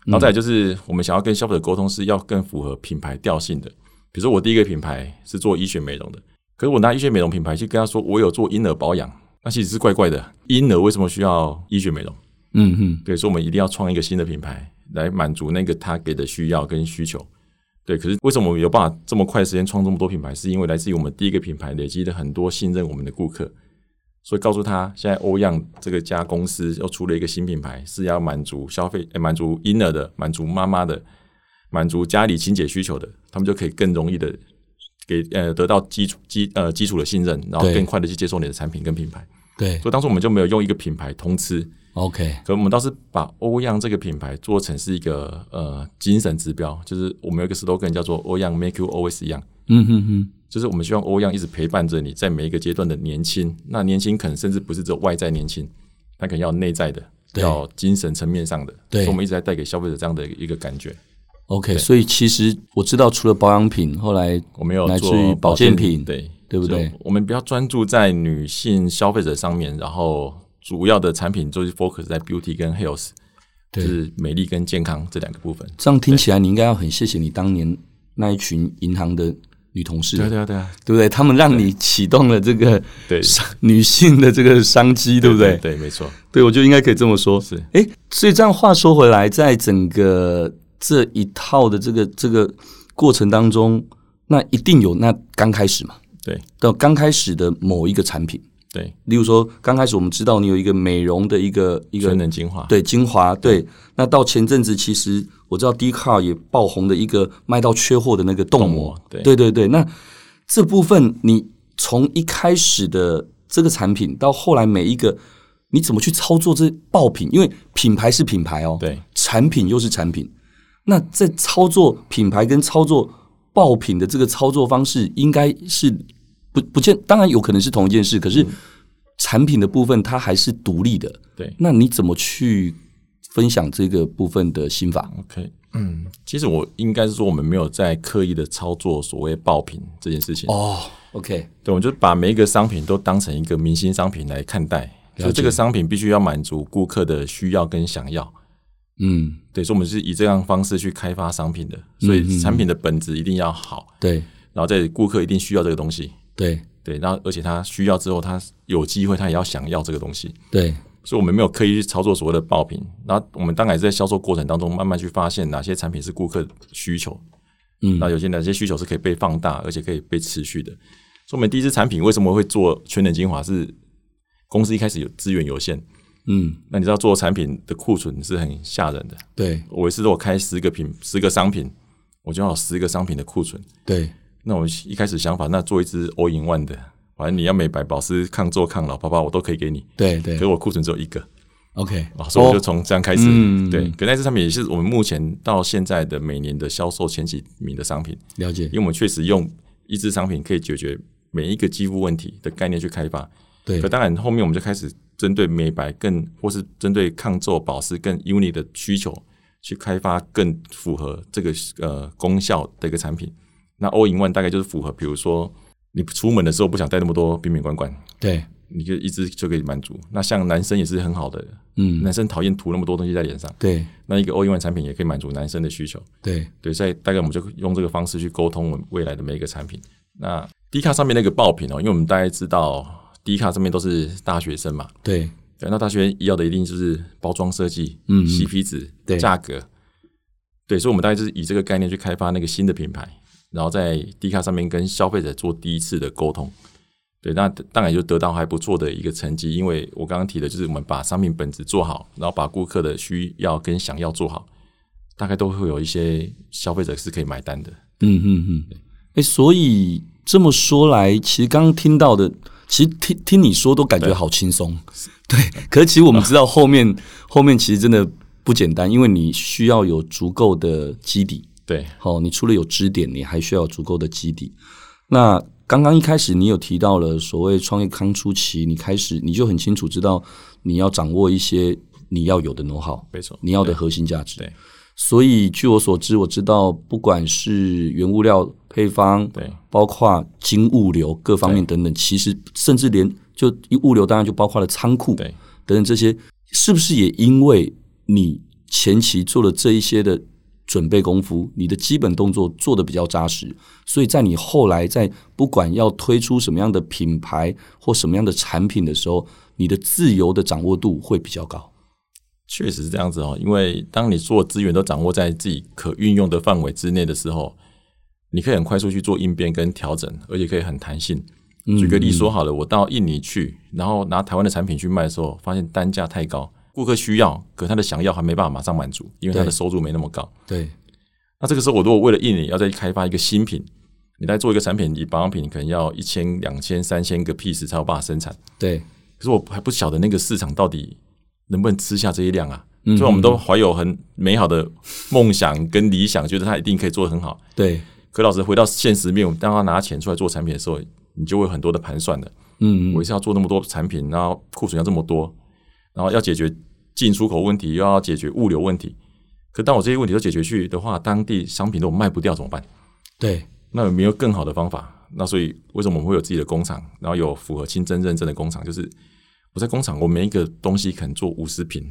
S3: 然后
S2: 嗯
S3: 再来就是，我们想要跟消费者沟通，是要更符合品牌调性的。比如说，我第一个品牌是做医学美容的，可是我拿医学美容品牌去跟他说我有做婴儿保养，那其实是怪怪的。婴儿为什么需要医学美容？
S2: 嗯嗯，
S3: 对，所以我们一定要创一个新的品牌来满足那个他给的需要跟需求。对，可是为什么我们有办法这么快的时间创这么多品牌？是因为来自于我们第一个品牌累积了很多信任我们的顾客，所以告诉他，现在欧样这个家公司又出了一个新品牌，是要满足消费、呃满足婴儿的、满足妈妈的、满足家里清洁需求的，他们就可以更容易的给呃得到基础基呃基础的信任，然后
S2: 对
S3: 更快的去接受你的产品跟品牌。
S2: 对
S3: 所以当时我们就没有用一个品牌通吃，
S2: ，OK，
S3: 可我们倒是把欧样这个品牌做成是一个呃精神指标，就是我们有一个 slogan 叫做欧样 make you always young，
S2: 嗯哼哼，
S3: 就是我们希望欧样一直陪伴着你在每一个阶段的年轻。那年轻可能甚至不是只有外在年轻，它可能要内在的，
S2: 对
S3: 要精神层面上的。
S2: 对
S3: 所以我们一直在带给消费者这样的一个感觉。
S2: OK，所以其实我知道，除了保养品，后来
S3: 我们有
S2: 乃至于
S3: 做
S2: 保健品，
S3: 对
S2: 对不对？
S3: 就我们比较专注在女性消费者上面，然后主要的产品就是 focus 在 beauty 跟 health，就
S2: 对
S3: 是美丽跟健康这两个部分。
S2: 这样听起来你应该要很谢谢你当年那一群银行的女同事，
S3: 对啊对啊对啊，
S2: 对不对？他们让你启动了这个
S3: 对
S2: 商女性的这个商机，对不对？
S3: 对，没错，
S2: 对，我就应该可以这么说。
S3: 是
S2: 诶，所以这样话说回来，在整个这一套的这个这个过程当中，那一定有那刚开始嘛，
S3: 对
S2: 到刚开始的某一个产品。
S3: 对，
S2: 例如说，刚开始我们知道你有一个美容的一个一个
S3: 全能精华，
S2: 对精华，对。那到前阵子，其实我知道 d c a r 也爆红的一个卖到缺货的那个冻
S3: 冻
S2: 膜
S3: 膜，对
S2: 对对对那这部分你从一开始的这个产品到后来每一个，你怎么去操作这爆品？因为品牌是品牌哦，
S3: 对，
S2: 产品又是产品。那在操作品牌跟操作爆品的这个操作方式，应该是不不见，当然有可能是同一件事，可
S3: 嗯
S2: 是产品的部分它还是独立的。
S3: 对
S2: 那你怎么去分享这个部分的心法？
S3: ，OK，嗯，其实我应该是说，我们没有在刻意的操作所谓爆品这件事情，
S2: 哦，OK，
S3: 对，我就把每一个商品都当成一个明星商品来看待，所以这个商品必须要满足顾客的需要跟想要。
S2: 嗯，
S3: 对，所以我们是以这样方式去开发商品的，所以产品的本质一定要好，
S2: 对
S3: 然后在顾客一定需要这个东西，
S2: 对
S3: 对，然后而且他需要之后，他有机会他也要想要这个东西，
S2: 对，
S3: 所以我们没有刻意去操作所谓的爆品。然后我们当然也是在销售过程当中，慢慢去发现哪些产品是顾客需求，
S2: 嗯
S3: 那有些哪些需求是可以被放大，而且可以被持续的。所以我们第一支产品为什么会做全脸精华是？公司一开始有资源有限，
S2: 嗯，
S3: 那你知道做产品的库存是很吓人的。
S2: 对
S3: 我一次如果开十个品十个商品，我就要有十个商品的库存。
S2: 对，
S3: 那我一开始想法，那做一支 all in one 的，反正你要美白、保湿、抗皱、抗老，爸爸我都可以给你。
S2: 对对
S3: 可是我库存只有一个
S2: ，OK，哦
S3: 啊，所以我就从这样开始。
S2: 嗯
S3: 对，可那支产品也是我们目前到现在的每年的销售前几名的商品，
S2: 了解
S3: 因，为我们确实用一支商品可以解决每一个肌肤问题的概念去开发。
S2: 对
S3: 可当然后面我们就开始针对美白更或是针对抗皱、保湿更 uni 的需求，去开发更符合这个呃功效的一个产品。那 all in one 大概就是符合，比如说你出门的时候不想带那么多瓶瓶罐罐，
S2: 对，
S3: 你就一支就可以满足。那像男生也是很好的，
S2: 嗯，
S3: 男生讨厌涂那么多东西在脸上，
S2: 对
S3: 那一个 all in one 产品也可以满足男生的需求。
S2: 对
S3: 对，所以大概我们就用这个方式去沟通我们未来的每一个产品。那 D 卡上面那个爆品哦，因为我们大家知道 D 卡上面都是大学生嘛，
S2: 对
S3: 对，那大学生要的一定就是包装设计、
S2: 嗯
S3: 洗皮子
S2: 对、
S3: 价格，对，所以我们大概就是以这个概念去开发那个新的品牌，然后在 D 卡上面跟消费者做第一次的沟通。对，那当然也就得到还不错的一个成绩，因为我刚刚提的就是我们把商品本质做好，然后把顾客的需要跟想要做好，大概都会有一些消费者是可以买单的。
S2: 嗯嗯嗯，哎、所以这么说来，其实刚刚听到的，其实听听你说都感觉好轻松，对。可是其实我们知道后面、后面其实真的不简单，因为你需要有足够的基底，
S3: 对，
S2: 好、你除了有支点，你还需要有足够的基底。那刚刚一开始你有提到了所谓创业刚初期，你开始你就很清楚知道你要掌握一些你要有的 know how，
S3: 没错
S2: 你要的核心价值。
S3: 对对
S2: 所以据我所知，我知道不管是原物料配方，
S3: 对，
S2: 包括经物流各方面等等，其实甚至连就物流当然就包括了仓库，
S3: 对，
S2: 等等这些，是不是也因为你前期做了这一些的准备功夫，你的基本动作做的比较扎实，所以在你后来在不管要推出什么样的品牌或什么样的产品的时候，你的自由的掌握度会比较高。
S3: 确实是这样子哦，因为当你所有资源都掌握在自己可运用的范围之内的时候，你可以很快速去做应变跟调整，而且可以很弹性。举个例说好了，我到印尼去，然后拿台湾的产品去卖的时候，发现单价太高，顾客需要，可他的想要还没办法马上满足，因为他的
S2: 对
S3: 收入没那么高。
S2: 对
S3: 那这个时候，我如果为了印尼要再开发一个新品，你再做一个产品，以保养品可能要一千、两千、三千个 piece 才有办法生产。
S2: 对
S3: 可是我还不晓得那个市场到底能不能吃下这一量啊。所以我们都怀有很美好的梦想跟理想，觉得它一定可以做得很好。
S2: 对，
S3: 可老师回到现实面，我们当他拿钱出来做产品的时候，你就会有很多的盘算的。
S2: 嗯
S3: 我一次要做那么多产品，然后库存要这么多，然后要解决进出口问题，又要解决物流问题。可当我这些问题都解决去的话，当地商品都卖不掉怎么办？
S2: 对
S3: 那有没有更好的方法？那所以为什么我们会有自己的工厂，然后有符合清真认证的工厂？就是我在工厂，我每一个东西可能做五十品，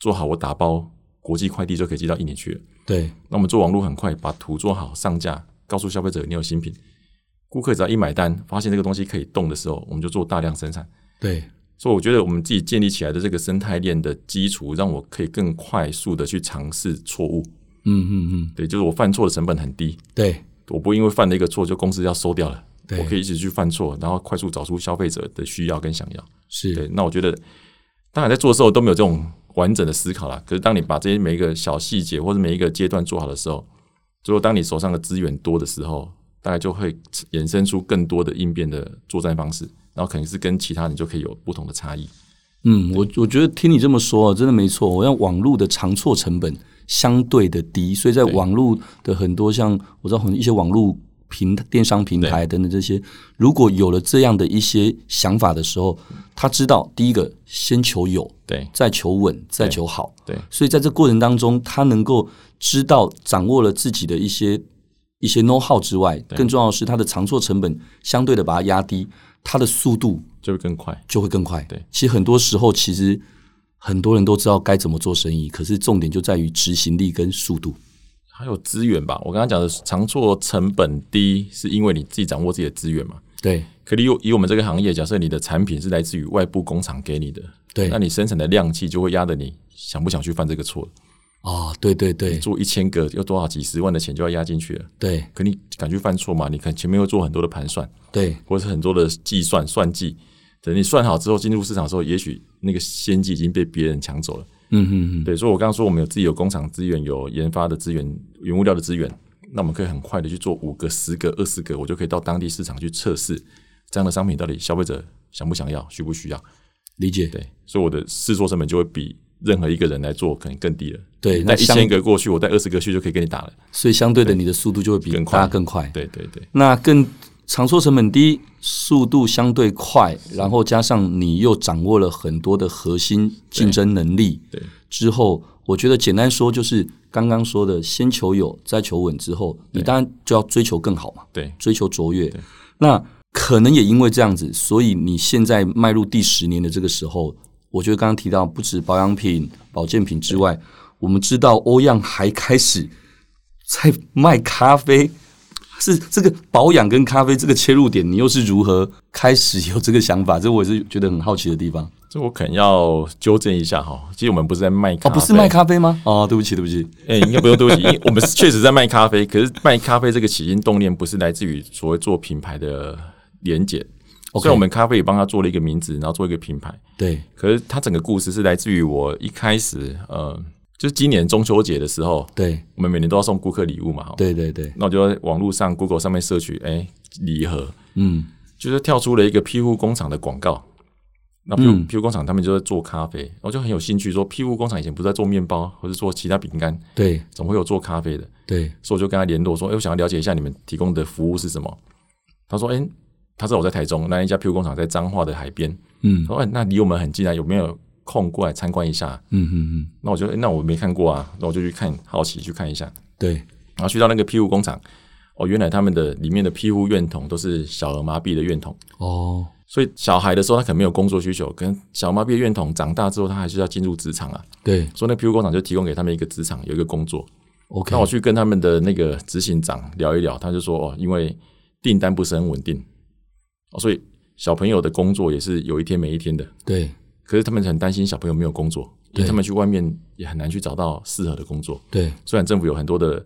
S3: 做好我打包国际快递就可以寄到印尼去了。
S2: 对
S3: 那我们做网络很快，把图做好上架，告诉消费者你有新品，顾客只要一买单，发现这个东西可以动的时候，我们就做大量生产。
S2: 对
S3: 所以我觉得我们自己建立起来的这个生态链的基础，让我可以更快速的去尝试错误。
S2: 嗯嗯嗯，
S3: 对，就是我犯错的成本很低，
S2: 对
S3: 我不会因为犯了一个错就公司要收掉了，
S2: 对
S3: 我可以一直去犯错，然后快速找出消费者的需要跟想要。对
S2: 是，，
S3: 那我觉得，当然在做的时候都没有这种完整的思考啦。可是当你把这些每一个小细节或者每一个阶段做好的时候，最后当你手上的资源多的时候，大概就会衍生出更多的应变的作战方式，然后可能是跟其他人就可以有不同的差异。
S2: 嗯，我我觉得听你这么说，啊真的没错。我要网络的常错成本相对的低，所以在
S3: 对
S2: 网络的很多像我知道很一些网络平电商平台等等这些，如果有了这样的一些想法的时候，他知道第一个先求有，
S3: 对
S2: 再求稳，再求好。
S3: 对
S2: 所以在这过程当中，他能够知道掌握了自己的一些一些 know how 之外，更重要的是他的常错成本相对的把它压低，他的速度
S3: 就会更快。
S2: 就会更快。
S3: 对，
S2: 其实很多时候其实很多人都知道该怎么做生意，可是重点就在于执行力跟速度。
S3: 还有资源吧，我刚刚讲的常做成本低，是因为你自己掌握自己的资源嘛。
S2: 对
S3: 可以以我们这个行业，假设你的产品是来自于外部工厂给你的，
S2: 对
S3: 那你生产的量器就会压得你想不想去犯这个错。
S2: 哦，对对对
S3: 做一千个要多少几十万的钱就要压进去了，
S2: 对
S3: 可你敢去犯错吗？你可能前面会做很多的盘算，
S2: 对
S3: 或是很多的计算算计，等你算好之后进入市场的时候，也许那个先机已经被别人抢走了。
S2: 嗯嗯嗯，
S3: 对，所以我刚刚说我们有自己有工厂资源，有研发的资源，原物料的资源，那我们可以很快的去做五个、十个、二十个，我就可以到当地市场去测试这样的商品到底消费者想不想要，需不需要。
S2: 理解。
S3: 对，所以我的试错成本就会比任何一个人来做可能更低了。
S2: 对那
S3: 带一
S2: 相
S3: 千个过去，我带二十个去就可以跟你打了。
S2: 所以相对的，你的速度就会比
S3: 更快
S2: 大家更快。
S3: 对对对，
S2: 那更常说成本低，速度相对快，然后加上你又掌握了很多的核心竞争能力，
S3: 对对
S2: 之后我觉得简单说就是刚刚说的，先求有，再求稳之后，你当然就要追求更好嘛，
S3: 对
S2: 追求卓越。那可能也因为这样子，所以你现在迈入第十年的这个时候，我觉得刚刚提到，不止保养品、保健品之外，我们知道欧样还开始在卖咖啡。 是这个保养跟咖啡这个切入点，你又是如何开始有这个想法？这我也是觉得很好奇的地方。
S3: 这我可能要纠正一下哈。其实我们不是在卖咖
S2: 哦，
S3: 啡，
S2: 不是卖咖啡吗？哦，对不起，对不起，
S3: 哎、应该不用对不起，因为我们是确实在卖咖啡，可是卖咖啡这个起心动念不是来自于所谓做品牌的连结。所以我们咖啡也帮他做了一个名字，然后做一个品牌。
S2: 对，
S3: 可是它整个故事是来自于我一开始，呃，就是今年中秋节的时候，
S2: 对，
S3: 我们每年都要送顾客礼物嘛。哦哈，
S2: 对，对，对，
S3: 那我就在网络上 Google 上面摄取，哎、礼盒，
S2: 嗯，
S3: 就是跳出了一个庇护工厂的广告。那庇护庇护工厂他们就在做咖啡，然后就很有兴趣说，庇护工厂以前不是在做面包或者做其他饼干，
S2: 对，
S3: 怎么会有做咖啡的？
S2: 对，
S3: 所以我就跟他联络说，哎、我想要了解一下你们提供的服务是什么。他说，哎、他知道我在台中，那一家庇护工厂在彰化的海边。
S2: 嗯
S3: 他，说，哎、那离我们很近啊，有没有空过来参观一下？
S2: 嗯，嗯，嗯，
S3: 那我就，哎、那我没看过啊，那我就去看，好奇去看一下。
S2: 对，
S3: 然后去到那个庇护工厂，哦，原来他们的里面的庇护院桶都是小儿麻痹的院桶，
S2: 哦，
S3: 所以小孩的时候他可能没有工作需求，跟小儿麻痹的院桶长大之后他还是要进入职场啊，
S2: 对
S3: 所以那庇护工厂就提供给他们一个职场有一个工作。
S2: ，OK，
S3: 那我去跟他们的那个执行长聊一聊，他就说哦，因为订单不是很稳定，哦，所以小朋友的工作也是有一天没一天的。
S2: 对，
S3: 可是他们很担心小朋友没有工作，因
S2: 对
S3: 为他们去外面也很难去找到适合的工作。
S2: 对，
S3: 虽然政府有很多的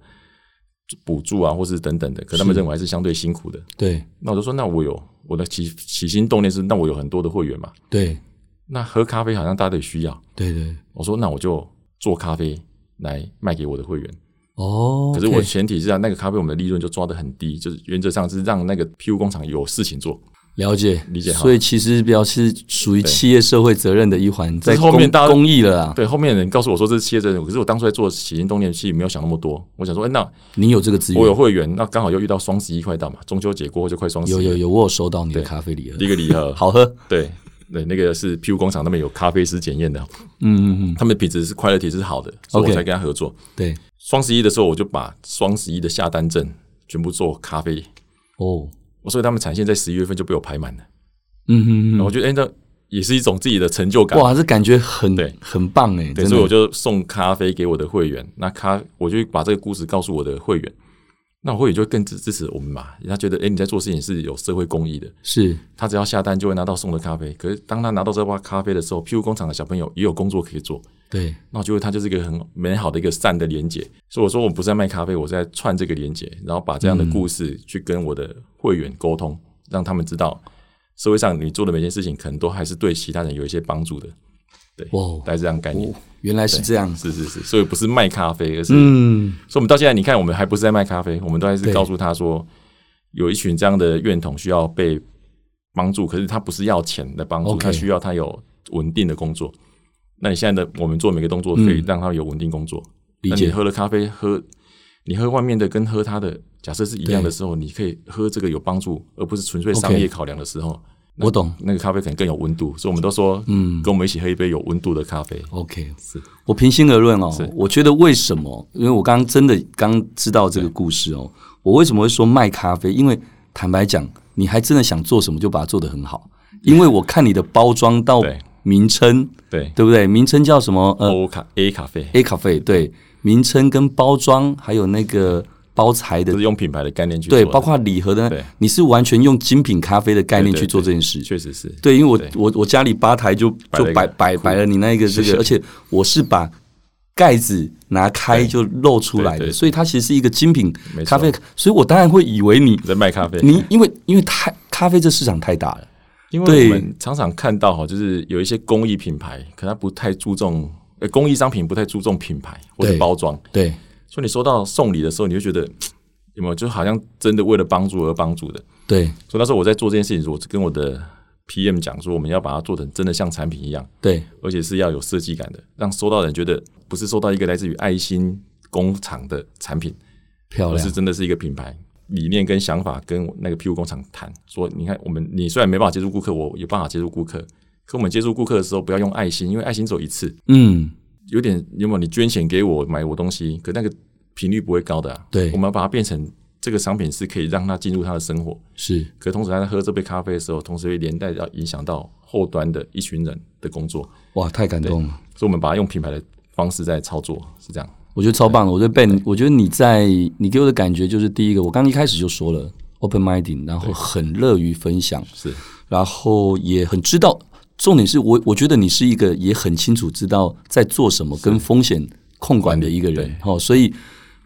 S3: 补助啊，或是等等的，可他们认为还是相对辛苦的。
S2: 对，
S3: 那我就说，那我有我的起起心动念是，那我有很多的会员嘛，
S2: 对，
S3: 那喝咖啡好像大家都有需要。
S2: 对，对，
S3: 我说，那我就做咖啡来卖给我的会员。
S2: 哦，
S3: 可是我前提是啊，那个咖啡我们的利润就抓得很低，就是原则上是让那个 PU 工厂有事情做。
S2: 了解
S3: 理解哈
S2: 所以其实表示属于企业社会责任的一环，在
S3: 这是后面
S2: 公
S3: 大家
S2: 公益了啊，
S3: 对，后面的人告诉我说这是企业责任，可是我当初在做起心动念，其实没有想那么多。我想说，哎、那
S2: 你有这个资源，
S3: 我有会员，那刚好又遇到双十一快到嘛，中秋节过后就快双十一
S2: 有
S3: 了，
S2: 有有，我有收到你的咖啡礼盒，
S3: 一个礼盒，
S2: 好喝，
S3: 对对，那个是 PU 工厂那边有咖啡师检验的，
S2: 嗯嗯嗯，
S3: 他们品质是快乐体是好的，所以
S2: OK
S3: 我才跟他合作。
S2: 对，
S3: 双十一的时候，我就把双十一的下单证全部做咖啡，
S2: 哦，
S3: 所以他们产线在十一月份就被我排满了。
S2: 嗯嗯
S3: 然后我觉得，哎、那也是一种自己的成就
S2: 嗯，
S3: 感。
S2: 哇，这感觉很
S3: 对
S2: 很棒哎，
S3: 对，
S2: 真
S3: 所以我
S2: 的，
S3: 就送咖啡给我的会员，那咖我就把这个故事告诉我的会员，那我会员就会更支支持我们嘛，他觉得哎诶你在做事情是有社会公益的，
S2: 是
S3: 他只要下单就会拿到送的咖啡，可是当他拿到这包咖啡的时候，庇护工厂的小朋友也有工作可以做，
S2: 对，
S3: 那我觉得它就是一个很美好的一个善的连接，所以我说我不是在卖咖啡，我是在串这个连接，然后把这样
S2: 嗯
S3: 的故事去跟我的会员沟通，让他们知道社会上你做的每件事情可能都还是对其他人有一些帮助的，对，
S2: 哇哦
S3: 大概是这样概念。
S2: 哦原来是这样，
S3: 是是是，所以不是卖咖啡，而是、
S2: 嗯，
S3: 所以我们到现在，你看我们还不是在卖咖啡，我们都还是
S2: 对
S3: 告诉他说，有一群这样的院童需要被帮助，可是他不是要钱的帮助，
S2: OK
S3: 他需要他有稳定的工作。那你现在的我们做每个动作，可以让他有稳定工作。
S2: 嗯理
S3: 那
S2: 解
S3: 你喝了咖啡，喝你喝外面的跟喝他的，假设是一样的时候，你可以喝这个有帮助，而不是纯粹商
S2: OK
S3: 业考量的时候。那
S2: 我懂
S3: 那个咖啡可能更有温度，所以我们都说，嗯，跟我们一起喝一杯有温度的咖啡。
S2: ，OK，
S3: 是
S2: 我平心而论哦
S3: 是，
S2: 我觉得为什么？因为我刚刚真的刚知道这个故事哦，我为什么会说卖咖啡？因为坦白讲，你还真的想做什么就把它做得很好，因为我看你的包装到
S3: 对哦
S2: 名称，
S3: 对
S2: 对不对？名称叫什么？呃
S3: ，O 咖 A 咖啡，
S2: ，A 咖啡，对，名称跟包装还有那个包材的
S3: 就是，用品牌的概念去做
S2: 对，
S3: 的
S2: 包括礼盒的
S3: 对，
S2: 你是完全用精品咖啡的概念
S3: 对对
S2: 去做这件事。
S3: 确实是
S2: 对，因为我
S3: 对
S2: 我我家里吧台就
S3: 摆
S2: 就
S3: 了一个
S2: 摆摆摆了你那个这
S3: 谢
S2: 个，
S3: 谢
S2: 而且我是把盖子拿开
S3: 对
S2: 就露出来的，
S3: 对对
S2: 所以它其实是一个精品
S3: 没错
S2: 咖啡，所以我当然会以为你
S3: 你在卖咖啡，
S2: 你因为因为太咖啡这市场太大了，
S3: 因为
S2: 对
S3: 我们常常看到哈，就是有一些公益品牌，可它不太注重，呃，公益商品不太注重品牌或者
S2: 对
S3: 包装，
S2: 对
S3: 所以你收到送礼的时候，你就觉得有没有，就好像真的为了帮助而帮助的。
S2: 对
S3: 所以那时候我在做这件事情的时候，我跟我的 PM 讲说，我们要把它做成真的像产品一样，
S2: 对
S3: 而且是要有设计感的，让收到的人觉得不是收到一个来自于爱心工厂的产品，
S2: 漂
S3: 而是
S2: 亮，
S3: 真的是一个品牌理念跟想法，跟那个庇护工厂谈说，你看我们你虽然没办法接触顾客，我有办法接触顾客，可我们接触顾客的时候不要用爱心，因为爱心只有一次，
S2: 嗯，
S3: 有点有没有你捐钱给我买我东西，可那个频率不会高的、啊，
S2: 对
S3: 我们要把它变成这个商品是可以让他进入他的生活，
S2: 是
S3: 可同时他在喝这杯咖啡的时候，同时会连带要影响到后端的一群人的工作，
S2: 哇，太感动了。
S3: 所以我们把它用品牌的方式在操作，是这样。
S2: 我觉得超棒的。我觉得 Ben，我觉得你在你给我的感觉就是第一个，我刚一开始就说了 open minded，然后很乐于分享，
S3: 是
S2: 然后也很知道。重点是我我觉得你是一个也很清楚知道在做什么跟风险控管的一个人
S3: 对
S2: 哦，所以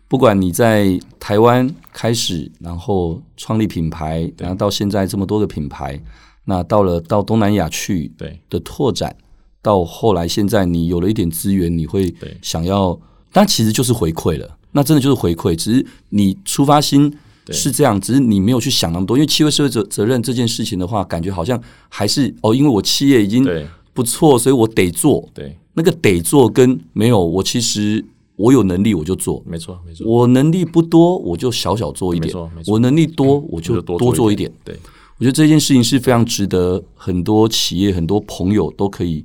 S2: 不管你在台湾开始，然后创立品牌，然后到现在这么多个品牌，那到了到东南亚去，
S3: 对
S2: 的拓展，到后来现在你有了一点资源，你会
S3: 对
S2: 想要，但其实就是回馈了。那真的就是回馈，只是你出发心是这样，只是你没有去想那么多。因为企业社会责责任这件事情的话，感觉好像还是哦，因为我企业已经
S3: 对
S2: 不错，所以我得做。
S3: 对，
S2: 那个得做跟没有，我其实我有能力我就做，
S3: 没错没错，
S2: 我能力不多我就小小做一
S3: 没
S2: 点
S3: 错没，错嗯
S2: 我能力多我就
S3: 就
S2: 多做一点。，
S3: 对。
S2: 我觉得这件事情是非常值得很多企业、很多朋友都可以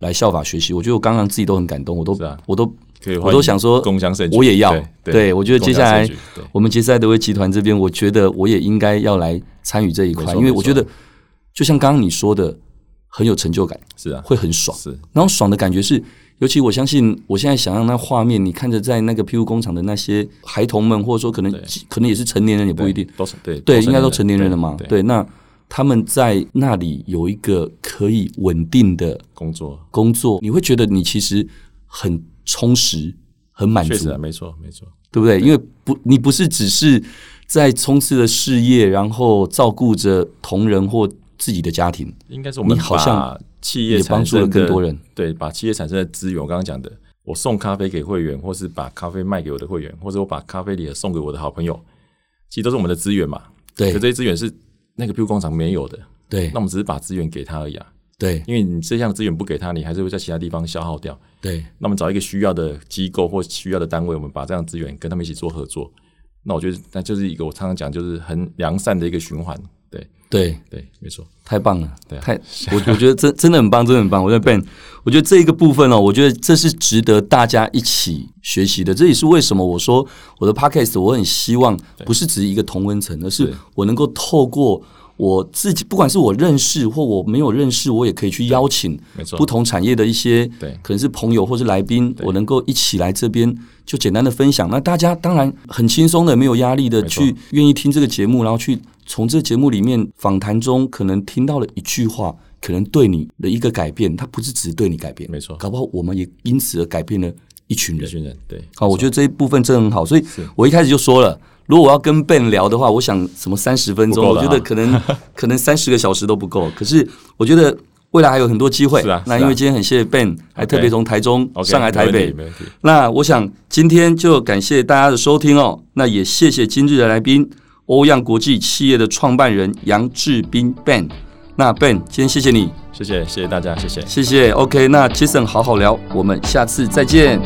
S2: 来效法学习。我觉得我刚刚自己都很感动，我都、
S3: 是啊
S2: 我都
S3: 可以欢迎
S2: 我都想说，
S3: 共襄盛举
S2: 我也要。
S3: 对对
S2: 我觉得接下来
S3: 共襄盛举对
S2: 我们杰赛德威集团这边，我觉得我也应该要来参与这一
S3: 没
S2: 块，
S3: 错
S2: 因为
S3: 没
S2: 我
S3: 错
S2: 觉得就像刚刚你说的，很有成就感，
S3: 是啊，
S2: 会很爽。
S3: 是
S2: 然后爽的感觉是，尤其我相信，我现在想象那画面，你看着在那个庇护工厂的那些孩童们，或者说可能可能也是成年人，也不一定，
S3: 都是对
S2: 对，
S3: 是
S2: 应该都成年人了嘛。
S3: 对，
S2: 对，
S3: 对
S2: 那他们在那里有一个可以稳定的
S3: 工作
S2: 工作，你会觉得你其实很充实、很满
S3: 确
S2: 足
S3: 实，啊，没错没错，
S2: 对不对？因为不，你不是只是在冲刺的事业，然后照顾着同仁或自己的家庭，
S3: 应该是我们
S2: 你好像
S3: 把企业
S2: 也帮
S3: 产
S2: 助了
S3: 生的
S2: 更多，人。
S3: 对，把企业产生的资源，我刚刚讲的，我送咖啡给会员，或是把咖啡卖给我的会员，或者我把咖啡里的送给我的好朋友，其实都是我们的资源嘛。
S2: 对
S3: 可这些资源是那个 Q 工厂没有的，
S2: 对
S3: 那我们只是把资源给他而已啊。
S2: 对
S3: 因为你这项资源不给他，你还是会在其他地方消耗掉。
S2: 对
S3: 那我们找一个需要的机构或需要的单位，我们把这样的资源跟他们一起做合作。那我觉得那就是一个我常常讲，就是很良善的一个循环。对
S2: 对，
S3: 对，没错，
S2: 太棒了，
S3: 对啊
S2: 太我我觉得真真的很棒，真的很棒。我觉得 Ben，我觉得这一个部分哦，我觉得这是值得大家一起学习的。这也是为什么我说我的 Podcast 我很希望不是只是一个同温层，而是我能够透过我自己，不管是我认识或我没有认识，我也可以去邀请
S3: 没错
S2: 不同产业的一些
S3: 对
S2: 可能是朋友或是来宾，我能够一起来这边就简单的分享。那大家当然很轻松的、没有压力的
S3: 没错
S2: 去愿意听这个节目，然后去从这个节目里面访谈中可能听到了一句话，可能对你的一个改变，它不是只对你改变，
S3: 没错
S2: 搞不好我们也因此而改变了一群
S3: 一
S2: 人。
S3: 群人对。
S2: 好，我觉得这一部分真的很好，所以我一开始就说了。如果我要跟 Ben 聊的话，我想什么三十分钟，
S3: 不够啊
S2: 我觉
S3: 的
S2: 得可 能可能三十个小时都不够。可是我觉得未来还有很多机会。
S3: 是啊
S2: 那
S3: 是啊
S2: 因为今天很谢谢 Ben，还特别从台中
S3: OK，
S2: 上来台
S3: 没问
S2: 北
S3: 题，没问题。
S2: 那我想今天就感谢大家的收听哦，那也谢谢今日的来宾欧漾国际企业的创办人杨志斌 Ben。那 Ben，今天谢谢你，
S3: 谢谢，谢谢大家，谢谢。
S2: 谢谢。OK，那 Jason 好好聊，我们下次再见。